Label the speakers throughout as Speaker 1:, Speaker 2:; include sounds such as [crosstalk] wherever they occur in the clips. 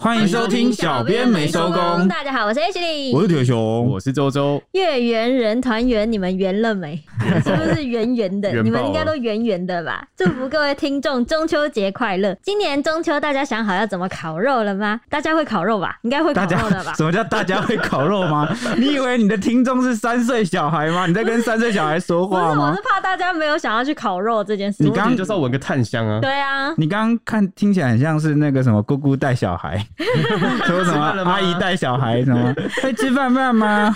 Speaker 1: 欢迎收听《小编没收工》，
Speaker 2: 大家好，我是 H
Speaker 1: 我
Speaker 2: D。
Speaker 1: 是铁熊，
Speaker 3: 我是周周，
Speaker 2: 月圆人团圆，你们圆
Speaker 1: [laughs]
Speaker 2: 了没？是不是圆圆的？
Speaker 3: 圆爆了
Speaker 2: 你们应该都圆圆的吧？祝福各位听众中秋节快乐！今年中秋大家想好要怎么烤肉了吗？大家会烤肉吧？应该会烤
Speaker 1: 大家？
Speaker 2: 肉的吧
Speaker 1: 什么叫大家会烤肉 [laughs] 吗？你以为你的听众是三岁小孩吗？你在跟三岁小孩说
Speaker 2: 不是，
Speaker 1: 话
Speaker 2: 我
Speaker 1: 吗
Speaker 2: 是？怕大家没有想要去烤肉这件事
Speaker 1: 你
Speaker 2: 情。
Speaker 1: 刚
Speaker 3: 刚就是要闻个炭香啊，
Speaker 2: 对啊，
Speaker 1: 你刚刚看听起来很像是那个什么姑姑带小孩， [laughs] 说什么
Speaker 3: 吃饭了吗
Speaker 1: 阿姨带小孩什么，会吃饭饭 [laughs] 吗？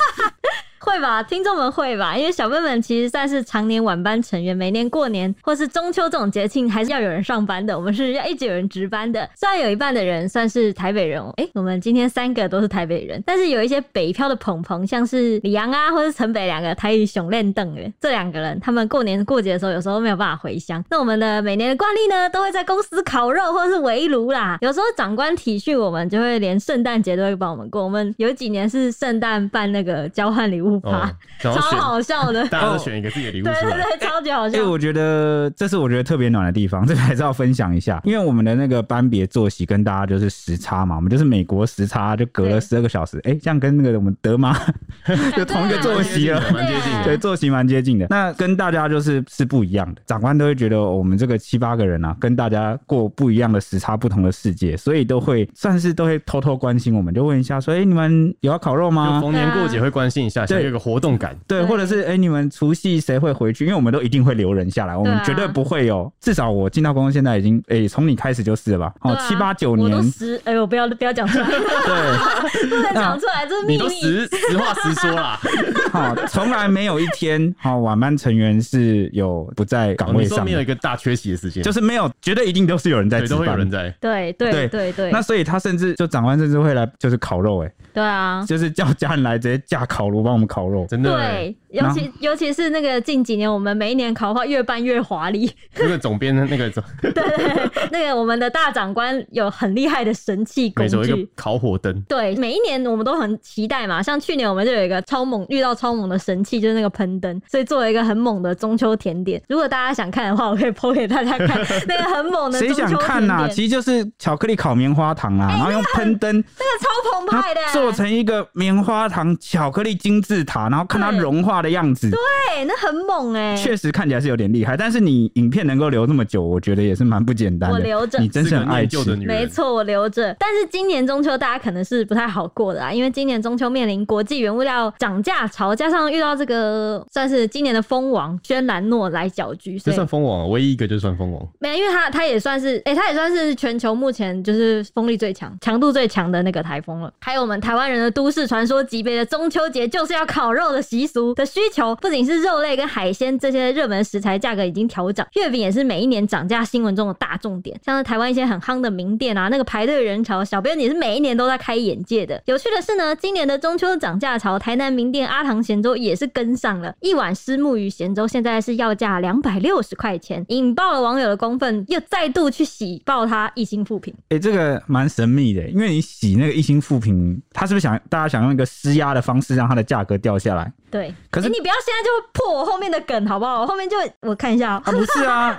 Speaker 2: 会吧，听众们会吧，因为小辈们其实算是常年晚班成员，每年过年或是中秋这种节庆，还是要有人上班的，我们是要一直有人值班的。虽然有一半的人算是台北人，诶，我们今天三个都是台北人，但是有一些北漂的朋朋，像是李阳啊，或是陈北两个台语熊练邓元这两个人，他们过年过节的时候有时候没有办法回乡。那我们的每年的惯例呢，都会在公司烤肉或是围炉啦。有时候长官体恤我们，就会连圣诞节都会帮我们过。我们有几年是圣诞办那个交换礼物趴。
Speaker 3: 哦，
Speaker 2: 啊超
Speaker 3: 然后选
Speaker 2: 好笑
Speaker 3: [laughs]
Speaker 2: 的，
Speaker 3: 大家都选一个自己的礼物
Speaker 2: 对
Speaker 3: 出
Speaker 2: 对
Speaker 3: 来，哦
Speaker 2: 对，超级好
Speaker 1: 哎、
Speaker 2: 笑。
Speaker 1: 我觉得这是我觉得特别暖的地方，这个还是要分享一下，因为我们的那个班别作息跟大家就是时差嘛，我们就是美国时差，就隔
Speaker 2: 对
Speaker 1: 了十二个小时，哎、这样跟那个我们德 [laughs] 妈就同一个作息了。
Speaker 3: 啊蛮接
Speaker 2: 嗯
Speaker 3: 近
Speaker 1: 对，
Speaker 3: 的。
Speaker 1: 作息蛮接近的。那跟大家就是是不一样的，长官都会觉得我们这个七八个人啊，跟大家过不一样的时差、不同的世界，所以都会算是都会偷偷关心我们，就问一下说，哎、你们有要烤肉
Speaker 3: 就
Speaker 1: 吗？
Speaker 3: 逢年过节
Speaker 2: 啊
Speaker 3: 会关心一下，想有一个活动感。
Speaker 1: 对，
Speaker 2: 对
Speaker 1: 或者是哎、诶你们除夕谁会回去？因为我们都一定会留人下来，我们
Speaker 2: 对啊
Speaker 1: 绝对不会有。至少我进到公司现在已经，哎、从你开始就是了吧？哦，
Speaker 2: 对啊
Speaker 1: 七八九
Speaker 2: 我
Speaker 1: 年
Speaker 2: 都，十，哎呦，不要不要讲出来，
Speaker 1: 对，
Speaker 2: 不能讲出来，这是
Speaker 3: 你
Speaker 2: 啊秘
Speaker 3: 都
Speaker 2: 密。
Speaker 3: 实实话实说
Speaker 1: [laughs]
Speaker 3: 啦，
Speaker 1: 好，哦从来没有一天，好、晚班成员是有不在岗
Speaker 3: 哦
Speaker 1: 位
Speaker 3: 你说
Speaker 1: 上
Speaker 3: 没有
Speaker 1: 的，
Speaker 3: 一个大缺席的时间，
Speaker 1: 就是没有，绝对一定都是有人在
Speaker 3: 对，
Speaker 1: 值
Speaker 3: 都会有
Speaker 1: 班
Speaker 3: 人。在。
Speaker 2: 对对对对
Speaker 1: 那，所以他甚至就长官甚至会来就是烤肉、欸，
Speaker 2: 对啊，
Speaker 1: 就是叫家人来直接架烤炉帮我们烤肉。
Speaker 2: 嗯
Speaker 3: 真的欸，
Speaker 2: 对，尤其尤其是那个近几年，我们每一年烤话越办越华丽。
Speaker 3: 那个总编那个总，
Speaker 2: 那个我们的大长官有很厉害的神器工
Speaker 3: 没错，一个
Speaker 2: 具。
Speaker 3: 烤火灯，
Speaker 2: 对，每一年我们都很期待嘛，像去年我们就有一个超猛，遇到超猛的神器，就是那个喷灯，所以做了一个很猛的中秋甜点。如果大家想看的话，我可以剖给大
Speaker 1: [laughs]
Speaker 2: 家看那个很猛的
Speaker 1: 谁
Speaker 2: 中秋
Speaker 1: 想
Speaker 2: 甜点，哎
Speaker 1: 看呐、
Speaker 2: 那个
Speaker 1: 其实就是巧克力烤棉花糖啊，然后用喷灯，
Speaker 2: 超澎
Speaker 1: 然后
Speaker 2: 湃的、
Speaker 1: 做成一个棉花糖巧克力金字塔，然后看它
Speaker 2: 对
Speaker 1: 融化的样子，
Speaker 2: 对，那很猛哎、
Speaker 1: 确实看起来是有点厉害。但是你影片能够留这么久，我觉得也是蛮不简单的。
Speaker 2: 我留着
Speaker 1: 你真是
Speaker 3: 是
Speaker 1: 很
Speaker 3: 个
Speaker 1: 爱
Speaker 3: 念旧的
Speaker 1: 吃。
Speaker 3: 女人，
Speaker 2: 没错，我留着。但是今年中秋大家可能是不太好过的啊，因为今年中秋面临国际原物料涨价潮，加上遇到这个算是今年的蜂王轩兰诺来搅局，
Speaker 3: 这
Speaker 2: 所以
Speaker 3: 算蜂王，啊唯一一个就
Speaker 2: [laughs]
Speaker 3: 算蜂王。
Speaker 2: 没，因为它它也算是，哎、它也算是全球目前就是风力最强、强度最强的那个台风了。还有我们台湾人的都市传说级别的中秋节就是要烤肉的习俗的需求，不仅是肉类跟海鲜这些热门食材价格已经调涨，月饼也是每一年涨价新闻中的大重点。像是台湾一些很夯的名店啊，那个排队人潮，小编也是每一年都在开眼界的。有趣的是呢，今年的中秋涨价潮，台南名店阿唐咸粥也是跟上了，一碗虱目鱼咸粥现在是要价两百六十块钱，引爆了网友的公愤，又再度去喜爆它一星复评。
Speaker 1: 哎、这个蛮神秘的，因为你洗那个一星复评，它是不是想大家想用一个施压的方式让它的价格掉下来？
Speaker 2: 对，
Speaker 1: 可是
Speaker 2: 诶你不要现在就破我后面的梗好不好？我后面就我看一下、哦
Speaker 1: 啊，不是啊，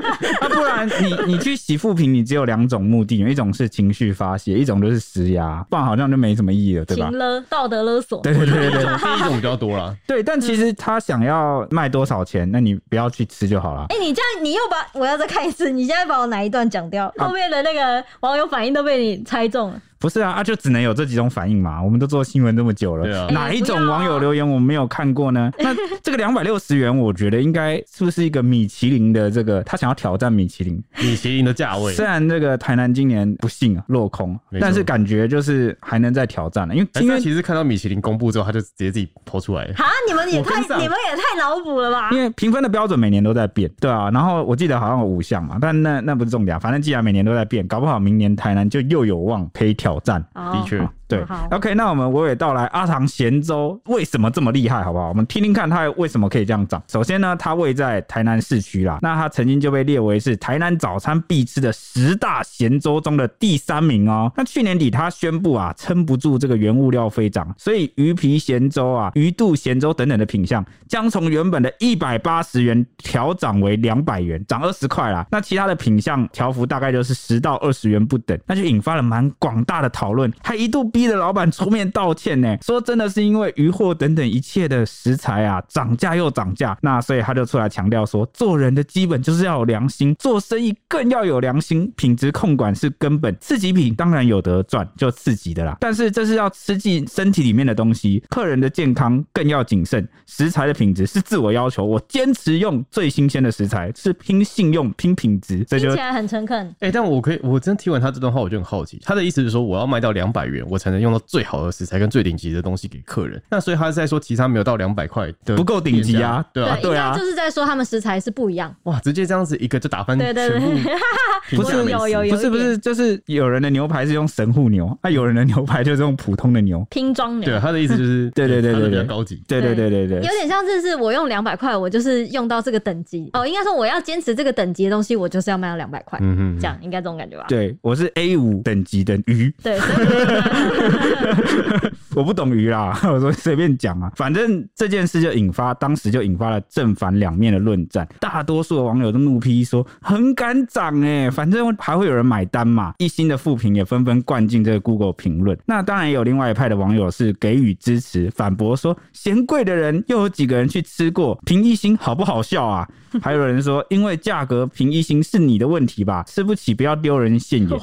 Speaker 1: 啊，不然你你去洗复评，你只有两种目的，一种是情绪发泄，一种就是施压，不然好像就没什么意义了，对吧
Speaker 2: 情？勒道德勒索。
Speaker 1: 对对对
Speaker 3: 第
Speaker 1: 对
Speaker 3: 一
Speaker 1: 对
Speaker 3: 种第一种比较多啦，
Speaker 2: [laughs]
Speaker 1: 对，但其实他想要卖多少钱，那你不要去吃就好了。
Speaker 2: 哎、你这样，你又把我要再看一次，你现在把我哪一段讲掉？
Speaker 1: 啊
Speaker 2: 后面的那个网友反应都被你猜中了。
Speaker 1: 不是啊，啊，就只能有这几种反应嘛。我们都做新闻这么久了，
Speaker 3: 对啊
Speaker 1: 哪一
Speaker 2: 哎
Speaker 1: 种
Speaker 2: 不要啊
Speaker 1: 网友留言我们没有看过呢？
Speaker 2: [laughs]
Speaker 1: 那这个两百六十元，我觉得应该是不是一个米其林的这个他想要挑战米其林？
Speaker 3: 米其林的价位
Speaker 1: 虽，然这个台南今年不幸啊落空，
Speaker 3: 没错哎
Speaker 1: 但是感觉就是还能再挑战了，因为
Speaker 3: 但
Speaker 1: 因
Speaker 3: 是他
Speaker 1: 为
Speaker 3: 其实看到米其林公布之后，他就直接自己抛出来了。
Speaker 2: 哈，你们也
Speaker 3: 我跟
Speaker 2: 太
Speaker 3: 上
Speaker 2: 你们也太脑补了吧
Speaker 1: 因？为评分的标准每年都在变，对啊。然后我记得好像有五项嘛，但那那不是重点、啊，反正既然每年都在变，搞不好明年台南就又有望可以挑战。
Speaker 2: 哦
Speaker 3: 的确
Speaker 1: 啊对
Speaker 2: 好
Speaker 1: ，OK，那我们娓娓道来阿唐咸粥为什么这么厉害，好不好？我们听听看它为什么可以这样涨。首先呢，它位在台南市区啦，那它曾经就被列为是台南早餐必吃的十大咸粥中的第三名哦。那去年底它宣布啊，撑不住这个原物料飞涨，所以鱼皮咸粥啊、鱼肚咸粥等等的品项将从原本的一百八十元调涨为两百元，涨二十块啦。那其他的品项调幅大概就是十到二十元不等，那就引发了蛮广大的。的讨论，还一度逼着老板出面道歉呢。 [laughs] 说真的是因为鱼货等等一切的食材啊涨价又涨价，那所以他就出来强调说，做人的基本就是要有良心，做生意更要有良心，品质控管是根本。刺激品当然有得赚，就刺激的啦， [laughs] 但是这是要吃进身体里面的东西，客人的健康更要谨慎，食材的品质是自我要求，我坚持用最新鲜的食材，是拼信用、拼品质，这
Speaker 2: 听
Speaker 1: 就
Speaker 2: 起来很诚恳。
Speaker 3: 哎、但我可以，我真听完他这段话，我就很好奇，他的意思是说，我要卖到两百元，我才能用到最好的食材跟最顶级的东西给客人。那所以他是在说，其他没有到两百块的
Speaker 1: 不够顶级啊
Speaker 3: 店家对啊，
Speaker 1: 对
Speaker 2: 应
Speaker 1: 啊
Speaker 2: 该就是在说他们食材是不一样。
Speaker 3: 哇，直接这样子一个就打翻
Speaker 2: 对
Speaker 3: 全
Speaker 2: 对对
Speaker 3: 部评
Speaker 1: 不
Speaker 2: [laughs]
Speaker 3: 价
Speaker 1: 是
Speaker 3: 美食
Speaker 2: 有有有
Speaker 1: 不是不是，就是有人的牛排是用神户牛，啊，有人的牛排就是用普通的牛，
Speaker 2: 拼装牛
Speaker 3: 对啊，他的意思就是，
Speaker 1: [laughs] 对对对对
Speaker 3: 他的比
Speaker 1: 对
Speaker 3: 较高级。
Speaker 1: 对对对
Speaker 2: 对
Speaker 1: 对对啊
Speaker 2: 有点像是是我用两百块，我就是用到这个等级哦，应该说我要坚持这个等级的东西，我就是要卖到两百块，
Speaker 3: 嗯嗯，
Speaker 2: 这样应该这种感觉吧？
Speaker 1: 对，我是 A 五等级的鱼，
Speaker 2: 对，所
Speaker 1: [laughs]
Speaker 2: 以
Speaker 1: 我不懂鱼啦， [laughs] 我说随便讲啊，反正这件事就引发当时就引发了正反两面的论战，大多数的网友都怒批说很敢涨哎、反正还会有人买单嘛。一心的负评也纷纷灌进这个 Google 评论。那当然也有另外一派的网友是给予支持，反驳说嫌贵的人又有几个人去吃过？凭一心好不好笑啊？还有人说因为价格凭一心是你的问题吧，吃不起不要丢人现眼。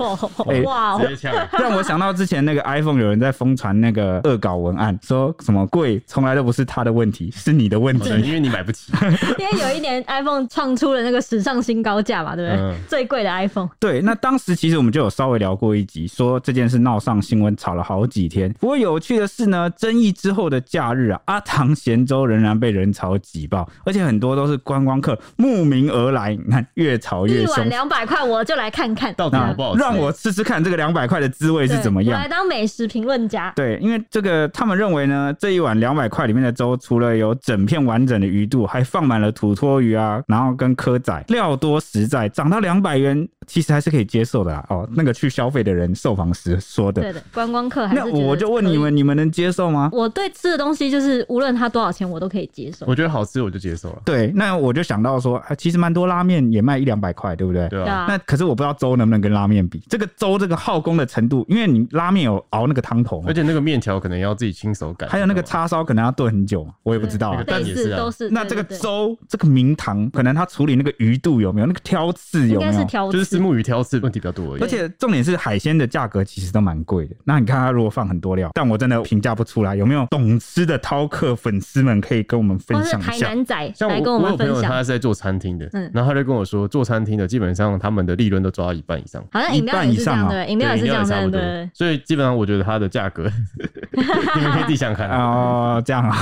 Speaker 1: 哎
Speaker 2: 哇哇
Speaker 3: 直接呛了。
Speaker 1: [laughs] 让我想到之前那个 iPhone 有人在疯传那个恶搞文案，说什么贵从来都不是他的问题，是你的问
Speaker 3: 哦对，
Speaker 1: 题。
Speaker 3: 因为你买不起，
Speaker 2: 因为有一年 iPhone 创出了那个史上新高价嘛，对不对？
Speaker 3: 嗯
Speaker 2: 最贵的 iPhone，
Speaker 1: 对，那当时其实我们就有稍微聊过一集，说这件事闹上新闻，吵了好几天。不过有趣的是呢，争议之后的假日啊，阿唐咸粥仍然被人潮挤爆，而且很多都是观光客慕名而来，你看越吵越
Speaker 2: 一碗
Speaker 1: 凶。
Speaker 2: 两百块，我就来看看
Speaker 3: 到底好
Speaker 1: 那
Speaker 3: 不好吃？
Speaker 1: 让我吃吃看这个两百块的滋味是怎么
Speaker 2: 对
Speaker 1: 样
Speaker 2: 我？来当美食评论家。
Speaker 1: 对，因为这个他们认为呢，这一碗两百块里面的粥，除了有整片完整的鱼肚，还放满了土托鱼啊，然后跟蚵仔，料多实在，涨到两百元，其实还是可以接受的啦。哦，那个去消费的人受访时说的。
Speaker 2: 对的，观光客还是
Speaker 1: 那
Speaker 2: 觉得
Speaker 1: 我就问你
Speaker 2: 可以，
Speaker 1: 们，你们能接受 [laughs] 吗？
Speaker 2: 我对吃的东西就是无论它多少钱，我都可以接受。
Speaker 3: 我觉得好吃我就接受了，
Speaker 1: 对，那我就想到说，啊其实蛮多拉面也卖一两百块，对不对？
Speaker 3: 对
Speaker 2: 对
Speaker 3: 吧？
Speaker 2: 啊
Speaker 1: 那，可是我不知道粥能不能跟拉面比，这个粥这个耗工的程度，因为你拉面有熬那个汤头嘛
Speaker 3: 而，且那个面条可能要自己亲手擀，
Speaker 1: 还有那个
Speaker 3: 你知道
Speaker 1: 叉烧可能要炖很久嘛，我也不知道、啊
Speaker 3: 那个。
Speaker 2: 类
Speaker 3: 蛋也是
Speaker 2: 似
Speaker 3: 啊
Speaker 2: 都是。
Speaker 1: 那
Speaker 2: 对
Speaker 1: 这个
Speaker 2: 对对
Speaker 1: 粥，这个名堂，可能他处理那个鱼肚有没有那个挑刺
Speaker 2: 应
Speaker 1: 有没
Speaker 2: 该是
Speaker 1: 有？
Speaker 2: 调
Speaker 3: 吗就是
Speaker 2: 制
Speaker 3: 石目鱼挑刺问题比较多而已
Speaker 1: 而。且重点是海鲜的价格其实都蛮贵的。那你看他如果放很多料，但我真的评价不出来，有没有懂吃的饕客粉丝们可以跟我们分
Speaker 2: 或哦是
Speaker 1: 享一
Speaker 2: 台
Speaker 1: 下？
Speaker 2: 南仔
Speaker 3: 像
Speaker 2: 来跟
Speaker 3: 我，
Speaker 2: 我
Speaker 3: 我有
Speaker 2: 们
Speaker 3: 朋
Speaker 2: 分
Speaker 3: 友
Speaker 2: 享
Speaker 3: 他，是在做餐厅的
Speaker 2: 嗯，
Speaker 3: 然后他就跟我说，做餐厅的基本上他们的利润都抓一半以上，
Speaker 2: 好像饮料也是这样
Speaker 1: 一半以上啊
Speaker 2: 的，饮料也是
Speaker 3: 对
Speaker 2: 这样
Speaker 3: 差
Speaker 2: 的，
Speaker 3: 不
Speaker 2: 对
Speaker 3: 多
Speaker 2: 对。对。
Speaker 3: 所以基本上我觉得它的价格， [laughs] 你们可以自己想看
Speaker 2: [laughs]
Speaker 3: 啊。
Speaker 1: 哦，这样啊，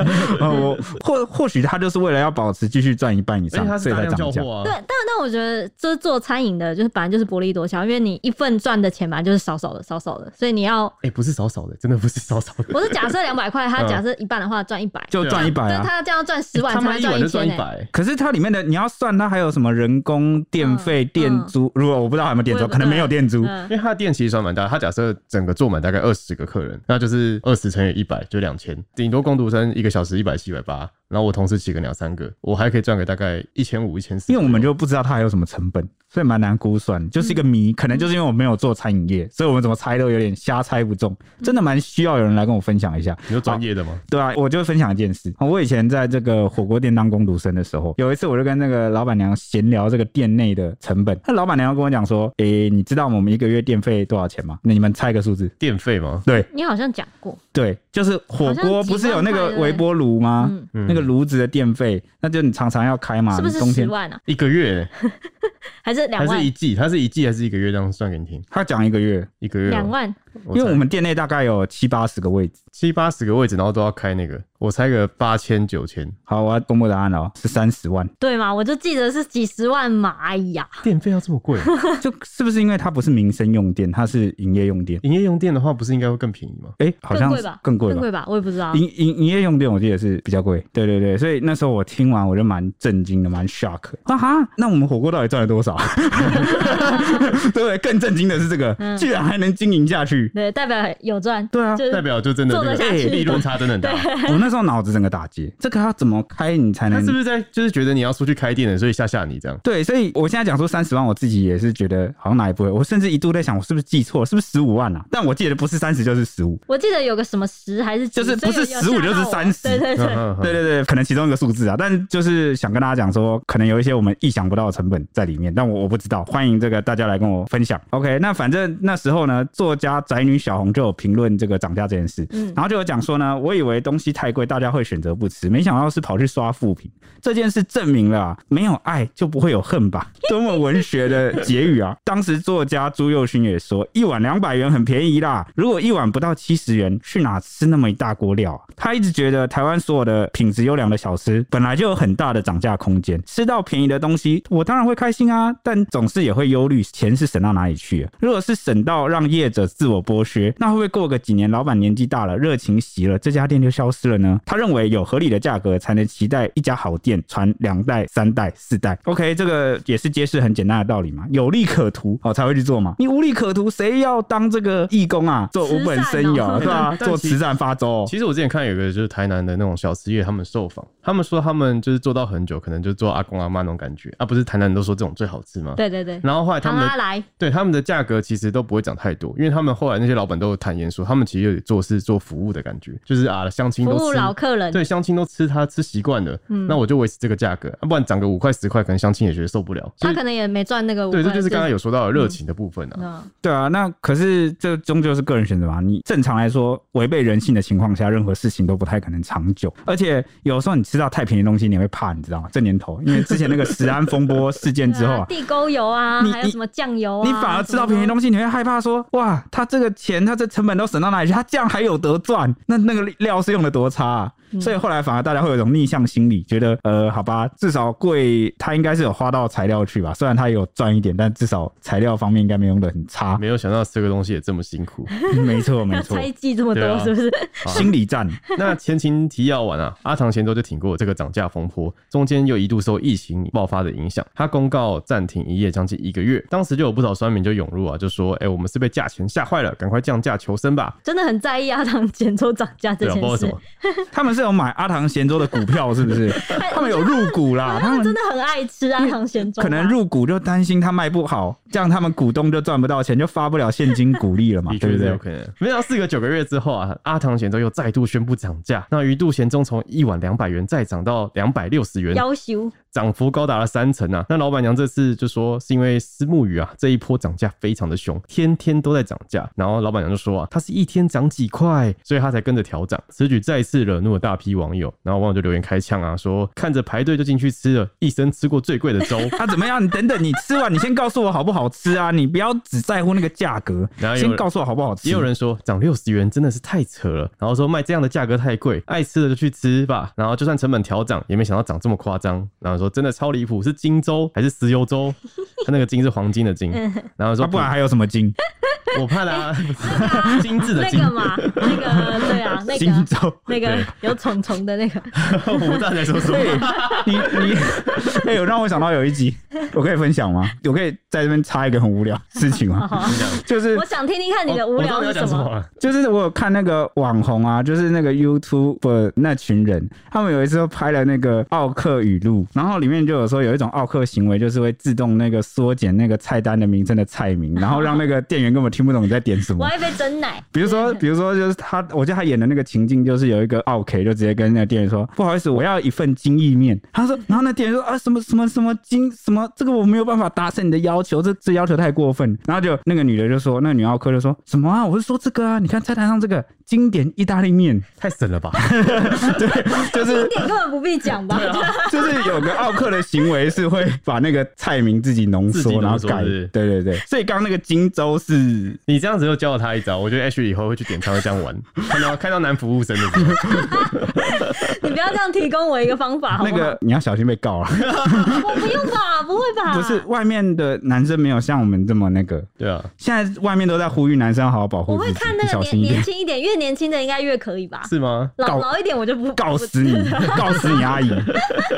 Speaker 1: [laughs] 哦我或或许他就是为了要保持继续赚一半以
Speaker 3: 而且它
Speaker 1: 上，所
Speaker 3: 是
Speaker 1: 以
Speaker 3: 大
Speaker 1: 才
Speaker 3: 量
Speaker 1: 涨
Speaker 3: 交
Speaker 1: 价。
Speaker 3: 货啊，
Speaker 2: 对，但但我觉得就是做餐饮的，就是本来就是薄利多销，因为你一份赚的钱嘛，就是少少的，少少的，所以你
Speaker 3: [laughs]
Speaker 2: 要，
Speaker 3: 哎，不是少少的，真的不是少少的，
Speaker 2: 我是假设两百块，他
Speaker 3: 嗯
Speaker 2: 假设一半的话赚一百，
Speaker 1: 就赚一百
Speaker 2: 对
Speaker 1: 啊！
Speaker 2: 他这样赚十
Speaker 3: 他
Speaker 2: 万
Speaker 3: 们
Speaker 2: 才
Speaker 3: 一碗
Speaker 2: 一
Speaker 3: 就赚
Speaker 2: 千欸呢。
Speaker 3: 一百，欸
Speaker 1: 可是它里面的你要算，它还有什么人工、电费、
Speaker 2: 嗯
Speaker 1: 店租？如果我不知道有没有电
Speaker 2: 我
Speaker 1: 租，
Speaker 2: 也不
Speaker 1: 可能没有电租。
Speaker 2: 嗯
Speaker 3: 因，为他的店其实算蛮大，他假设整个坐满大概二十个客人，那就是二十乘以一百就两千，顶多工读生一个小时一百七百八，然后我同事几个两三个，我还可以赚个大概一千五一千四，
Speaker 1: 因为我们就不知道它还有什么成本，所以蛮难估算，就是一个谜。
Speaker 2: 嗯
Speaker 1: 可能就是因为我没有做餐饮业，所以我们怎么猜都有点瞎猜不中。
Speaker 2: 嗯
Speaker 1: 真的蛮需要有人来跟我分享一下，
Speaker 3: 你说专业的吗？
Speaker 1: 对啊，我就分享一件事。我以前在这个火锅店当工读生的时候，有一次我就跟那个老板娘闲聊这个店内的成本，那老板娘跟我讲说：“诶、你知道我们一个月电费多少钱吗？那你们猜个数字。”
Speaker 3: 电费吗？
Speaker 1: 对
Speaker 2: 你好像讲过，
Speaker 1: 对，就是火
Speaker 2: 好像几
Speaker 1: 锅
Speaker 2: 万
Speaker 1: 不是有那
Speaker 2: 块
Speaker 1: 个
Speaker 2: 对不对
Speaker 1: 微波炉吗？
Speaker 2: 嗯，
Speaker 3: 嗯
Speaker 1: 那个炉子的电费，那就你常常要开嘛，
Speaker 2: 是不是
Speaker 1: 冬
Speaker 2: 十
Speaker 1: 天
Speaker 2: 万啊？
Speaker 3: 一个月
Speaker 2: 还是两
Speaker 3: 还是
Speaker 2: 万
Speaker 3: 一？季？它是一季还是一个月？这样算给你听，
Speaker 1: 他讲一个月，
Speaker 3: 一个月哦
Speaker 2: 两，万？
Speaker 1: 因为我
Speaker 3: 猜
Speaker 1: 们店内大概有七八十个位置。
Speaker 3: 七八十个位置，然后都要开那个，我猜个八千九千，
Speaker 1: 好，我要公布答案了哦，是三十万。
Speaker 2: 对吗？我就记得是几十万嘛，哎呀，
Speaker 3: 电费要这么贵？啊
Speaker 1: 就是不是因为它不是民生用电，它是营业用电？
Speaker 3: 营业用电的话，不是应该会更便宜吗？
Speaker 1: 哎、好
Speaker 2: 更
Speaker 1: 像
Speaker 2: 贵吧？
Speaker 1: 更贵
Speaker 2: 更
Speaker 1: 吧？
Speaker 2: 贵吧？我也不知道。
Speaker 1: 营营营业用电我记得是比较贵，对对对，所以那时候我听完我就蛮震惊的，蛮 shock。啊哈，那我们火锅到底赚了多
Speaker 2: [laughs]
Speaker 1: 少？对不对？更震惊的是这个，
Speaker 2: 嗯
Speaker 1: 居然还能经营下去。
Speaker 2: 对，代表有赚，
Speaker 1: 对啊，
Speaker 2: 就是
Speaker 3: 代表就真的
Speaker 2: 呃做得
Speaker 3: 那个
Speaker 2: 下去
Speaker 3: 哎利润差真的很大。 [laughs]
Speaker 1: 我那时候脑子整个打结，这个要怎么开你才
Speaker 3: 他
Speaker 1: 能
Speaker 3: 是不是在就是觉得你要出去开店了，所以吓吓你
Speaker 2: [laughs]
Speaker 3: 这样？
Speaker 1: 对，所以我现在讲说三十万，我自己也是觉得好像哪里不对。我甚至一度在想，我是不是记错了，是不是十五万啊？但我记得不是三十就是十五。
Speaker 2: 我记得有个什么十还是几
Speaker 1: 就是不是
Speaker 2: 所以有
Speaker 1: 15就是
Speaker 2: 吓到我
Speaker 1: 30
Speaker 2: 对对对，
Speaker 3: 嗯
Speaker 1: 对，对对，可能其中一个数字啊，但就是想跟大家讲说，可能有一些我们意想不到的成本在里面，但我我不知道，欢迎这个大家来跟我分享。OK，那反正那时候呢，作家宅女小红就有评论这个涨价这件事，
Speaker 2: 嗯
Speaker 1: 然后就有讲说呢，我以为东西太贵，大家会选择不吃，没想到是跑去刷负评，这件事证明了、啊、没有爱就不会有恨吧，多么文学的结语啊！当时作家朱佑勋也说，一碗两百元很便宜啦，如果一碗不到七十元，去哪吃那么一大锅料啊？他一直觉得台湾所有的品质优良的小吃本来就有很大的涨价空间，吃到便宜的东西，我当然会开心啊，但总是也会忧虑钱是省到哪里去、啊。如果是省到让业者自我剥削，那会不会过个几年，老板年纪大了，热情熄了，这家店就消失了呢？他认为有合理的价格才能期待一家好店传两代、三代、四代。OK，这个也是揭示很简单的道理嘛，有利可图哦才会去做嘛。你无利可图，谁要当这个义工啊？做无本生
Speaker 2: 慈
Speaker 1: 有，
Speaker 2: 善哦
Speaker 1: 对
Speaker 2: [laughs]
Speaker 1: 吧、
Speaker 3: 但但
Speaker 1: 做
Speaker 3: 其
Speaker 1: 慈善发粥哦、
Speaker 3: 其实我之前看有个就是台南的那种小吃业，他们受访，他们说他们就是做到很久，可能就做阿公阿妈那种感觉啊，不是台南人都说这种最好吃吗？
Speaker 2: 对对对，
Speaker 3: 然后后来他
Speaker 2: 唐
Speaker 3: 们的
Speaker 2: 阿来，
Speaker 3: 对他们的价格其实都不会涨太多，因为他们后来那些老板都有坦言说，他们其实有做是做服务的感觉，就是啊相亲
Speaker 2: 服
Speaker 3: 都
Speaker 2: 务
Speaker 3: 吃
Speaker 2: 老嗯客人，
Speaker 3: 对，相亲都吃它吃习惯了，那我就维持这个价格，啊不然涨个五块十块，可能相亲也觉得受不了。所
Speaker 2: 他
Speaker 3: 以
Speaker 2: 可能也没赚那个五
Speaker 3: 对，
Speaker 2: 块，
Speaker 3: 这就是刚刚有说到的热
Speaker 2: 嗯
Speaker 3: 情的部分啊。
Speaker 2: 嗯，
Speaker 1: 对啊，那可是这终究是个人选择嘛。你正常来说，违背人性的情况下，任何事情都不太可能长久。而且有时候你吃到太便宜的东西，你会怕，你知道吗？这年头，因为之前那个食安风波事件之后
Speaker 2: 对啊
Speaker 1: 啊。
Speaker 2: 地沟油啊，
Speaker 1: 你
Speaker 2: 还有什么酱油啊，
Speaker 1: 你反而吃到便宜的
Speaker 2: 什么
Speaker 1: 东西，你会害怕说，哇，他这个钱，他这成本都省到哪里去？他这样还有得赚？那那个料是用的多差、啊？
Speaker 2: 嗯
Speaker 1: 所以后来反而大家会有一种逆向心理，觉得呃，好吧，至少贵，他应该是有花到材料去吧。虽然他也有赚一点，但至少材料方面应该没用的很
Speaker 2: [laughs]
Speaker 1: 差。
Speaker 3: 没有想到这个东西也这么辛苦。
Speaker 1: 没错，没
Speaker 2: 要
Speaker 1: 错。
Speaker 2: [laughs] 猜忌这么
Speaker 3: 对
Speaker 2: 多
Speaker 3: 啊
Speaker 2: 是不是？
Speaker 1: [laughs] 心理战，
Speaker 3: [laughs] 那前情提要完啊，阿唐咸州就挺过这个涨价风波，中间又一度受疫情爆发的影响，他公告暂停营业将近一个月。当时就有不少酸民就涌入啊，就说：“哎、我们是被价钱吓坏了，赶快降价求生吧
Speaker 2: 真的很在意阿唐减州涨价！”这
Speaker 3: 对啊，不知道
Speaker 2: 件
Speaker 3: 为什
Speaker 2: 事
Speaker 3: 么，，
Speaker 1: 他们是有买阿唐咸粥的股票，是不
Speaker 2: [laughs]
Speaker 1: 是？
Speaker 2: 哎
Speaker 1: 他们有入股
Speaker 2: [laughs]
Speaker 1: 啦，他
Speaker 2: 他真
Speaker 1: 们
Speaker 2: 的很爱吃啊阿唐咸粥吧，
Speaker 1: 可能入股就担心他卖不好，这样他们股东就赚不到钱，就发不了现金鼓励了嘛，
Speaker 3: [laughs] 的
Speaker 1: 啊对不
Speaker 3: 确是
Speaker 1: 对
Speaker 3: 有？可能。没想到四个九个月之后啊，阿唐咸州又再度宣布涨价，那鱼肚咸粥从一碗两百元再涨到两百六十元，
Speaker 2: 要求
Speaker 3: 涨幅高达了三成啊！那老板娘这次就说是因为私募鱼啊这一波涨价非常的凶，天天都在涨价。然后老板娘就说啊，它是一天涨几块，所以她才跟着调涨。此举再次惹怒了大批网友，然后网友就留言开呛啊，说看着排队就进去吃了，一生吃过最贵的粥。
Speaker 1: [laughs] 啊，怎么样？你等等，你吃完你先告诉我好不好吃啊！你不要只在乎那个价格
Speaker 3: 然后，有人
Speaker 1: 先告诉我好不好吃。
Speaker 3: 也有人说涨六十元真的是太扯了，然后说卖这样的价格太贵，爱吃的就去吃吧。然后就算成本调涨，也没想到涨这么夸张。然后说真的超离谱，是金州还是石油州？他那个金是黄金的金。然后说
Speaker 1: 啊，不然还有什么金？
Speaker 3: [laughs] 我怕啦，精致的
Speaker 2: 那
Speaker 3: 精，
Speaker 2: 个嘛，那个对啊， [laughs] 那
Speaker 1: [laughs] 金
Speaker 2: 个
Speaker 1: 州。
Speaker 2: 那
Speaker 3: 对
Speaker 2: 个有虫虫的那个，
Speaker 3: 我不知道你在说什
Speaker 1: [laughs] 对
Speaker 2: [laughs]
Speaker 3: 么。，
Speaker 1: 你你，哎呦，让我想到有一集，我可以分享吗？我可以在这边插一个很无聊的事情吗？
Speaker 2: [laughs] 好
Speaker 1: 就是
Speaker 2: 我想听听看你的无
Speaker 3: 哦我
Speaker 2: 聊
Speaker 3: 我
Speaker 2: 是
Speaker 3: 知道你要讲
Speaker 2: 什
Speaker 3: 什么
Speaker 2: 么。
Speaker 3: 了？
Speaker 1: 就是我有看那个网红啊，就是那个 YouTube 那群人，他们有一次都拍了那个奥克语录，然后里面就有说有一种奥克行为，就是会自动那个缩减那个菜单的名称的菜名，然后让那个店员根本听不懂你在点什
Speaker 2: 我
Speaker 1: 么。
Speaker 2: 要一杯真奶，
Speaker 1: 比如
Speaker 2: [laughs]
Speaker 1: 说，比如说，就是他，我记得他演的那个情境，就是有一个奥 K 就直接跟那个店员说：“不好意思，我要一份金意面。”他
Speaker 2: 嗯
Speaker 1: 说，然后那店员说：“啊，什么什么什么金什么，这个我没有办法达成你的要求，这这要求太过分。”然后就那个女的就说，那个女奥客就说什么啊？我是说这个啊，你看菜单上这个经典意大利面，
Speaker 3: 太神了吧！ [laughs]
Speaker 1: 就是
Speaker 2: 一点根本不必讲吧？
Speaker 1: 啊就是有个奥克的行为是会把那个菜名自己浓
Speaker 3: 自己
Speaker 1: 缩，
Speaker 3: 浓缩
Speaker 1: 然后改。
Speaker 3: 是不是
Speaker 1: 对对对，所以刚刚那个荆州是
Speaker 3: 你这样子又教了他一招，我觉得 H 以后会去点餐会这样玩，看到看到男服务生的时候，
Speaker 2: [laughs] 你不要这样提供啊我一个方法，好
Speaker 1: 那
Speaker 2: 不好
Speaker 1: 个你要小心被
Speaker 2: [laughs]
Speaker 1: 告了，啊
Speaker 2: 我不用吧，不会吧？
Speaker 1: 不是，外面的男生没有像我们这么那个，
Speaker 3: 对啊，
Speaker 1: 现在外面都在呼吁男生好好保护
Speaker 2: 我
Speaker 1: 自己，
Speaker 2: 会看那
Speaker 1: 小
Speaker 2: 个
Speaker 1: 心
Speaker 2: 年
Speaker 1: 一点 [laughs]
Speaker 2: 年，轻一点，越年轻的应该越可以吧？
Speaker 3: 是吗？
Speaker 1: 搞
Speaker 2: 老老一点我就不啊
Speaker 1: 告死你，告死你
Speaker 2: [laughs]
Speaker 1: 阿姨！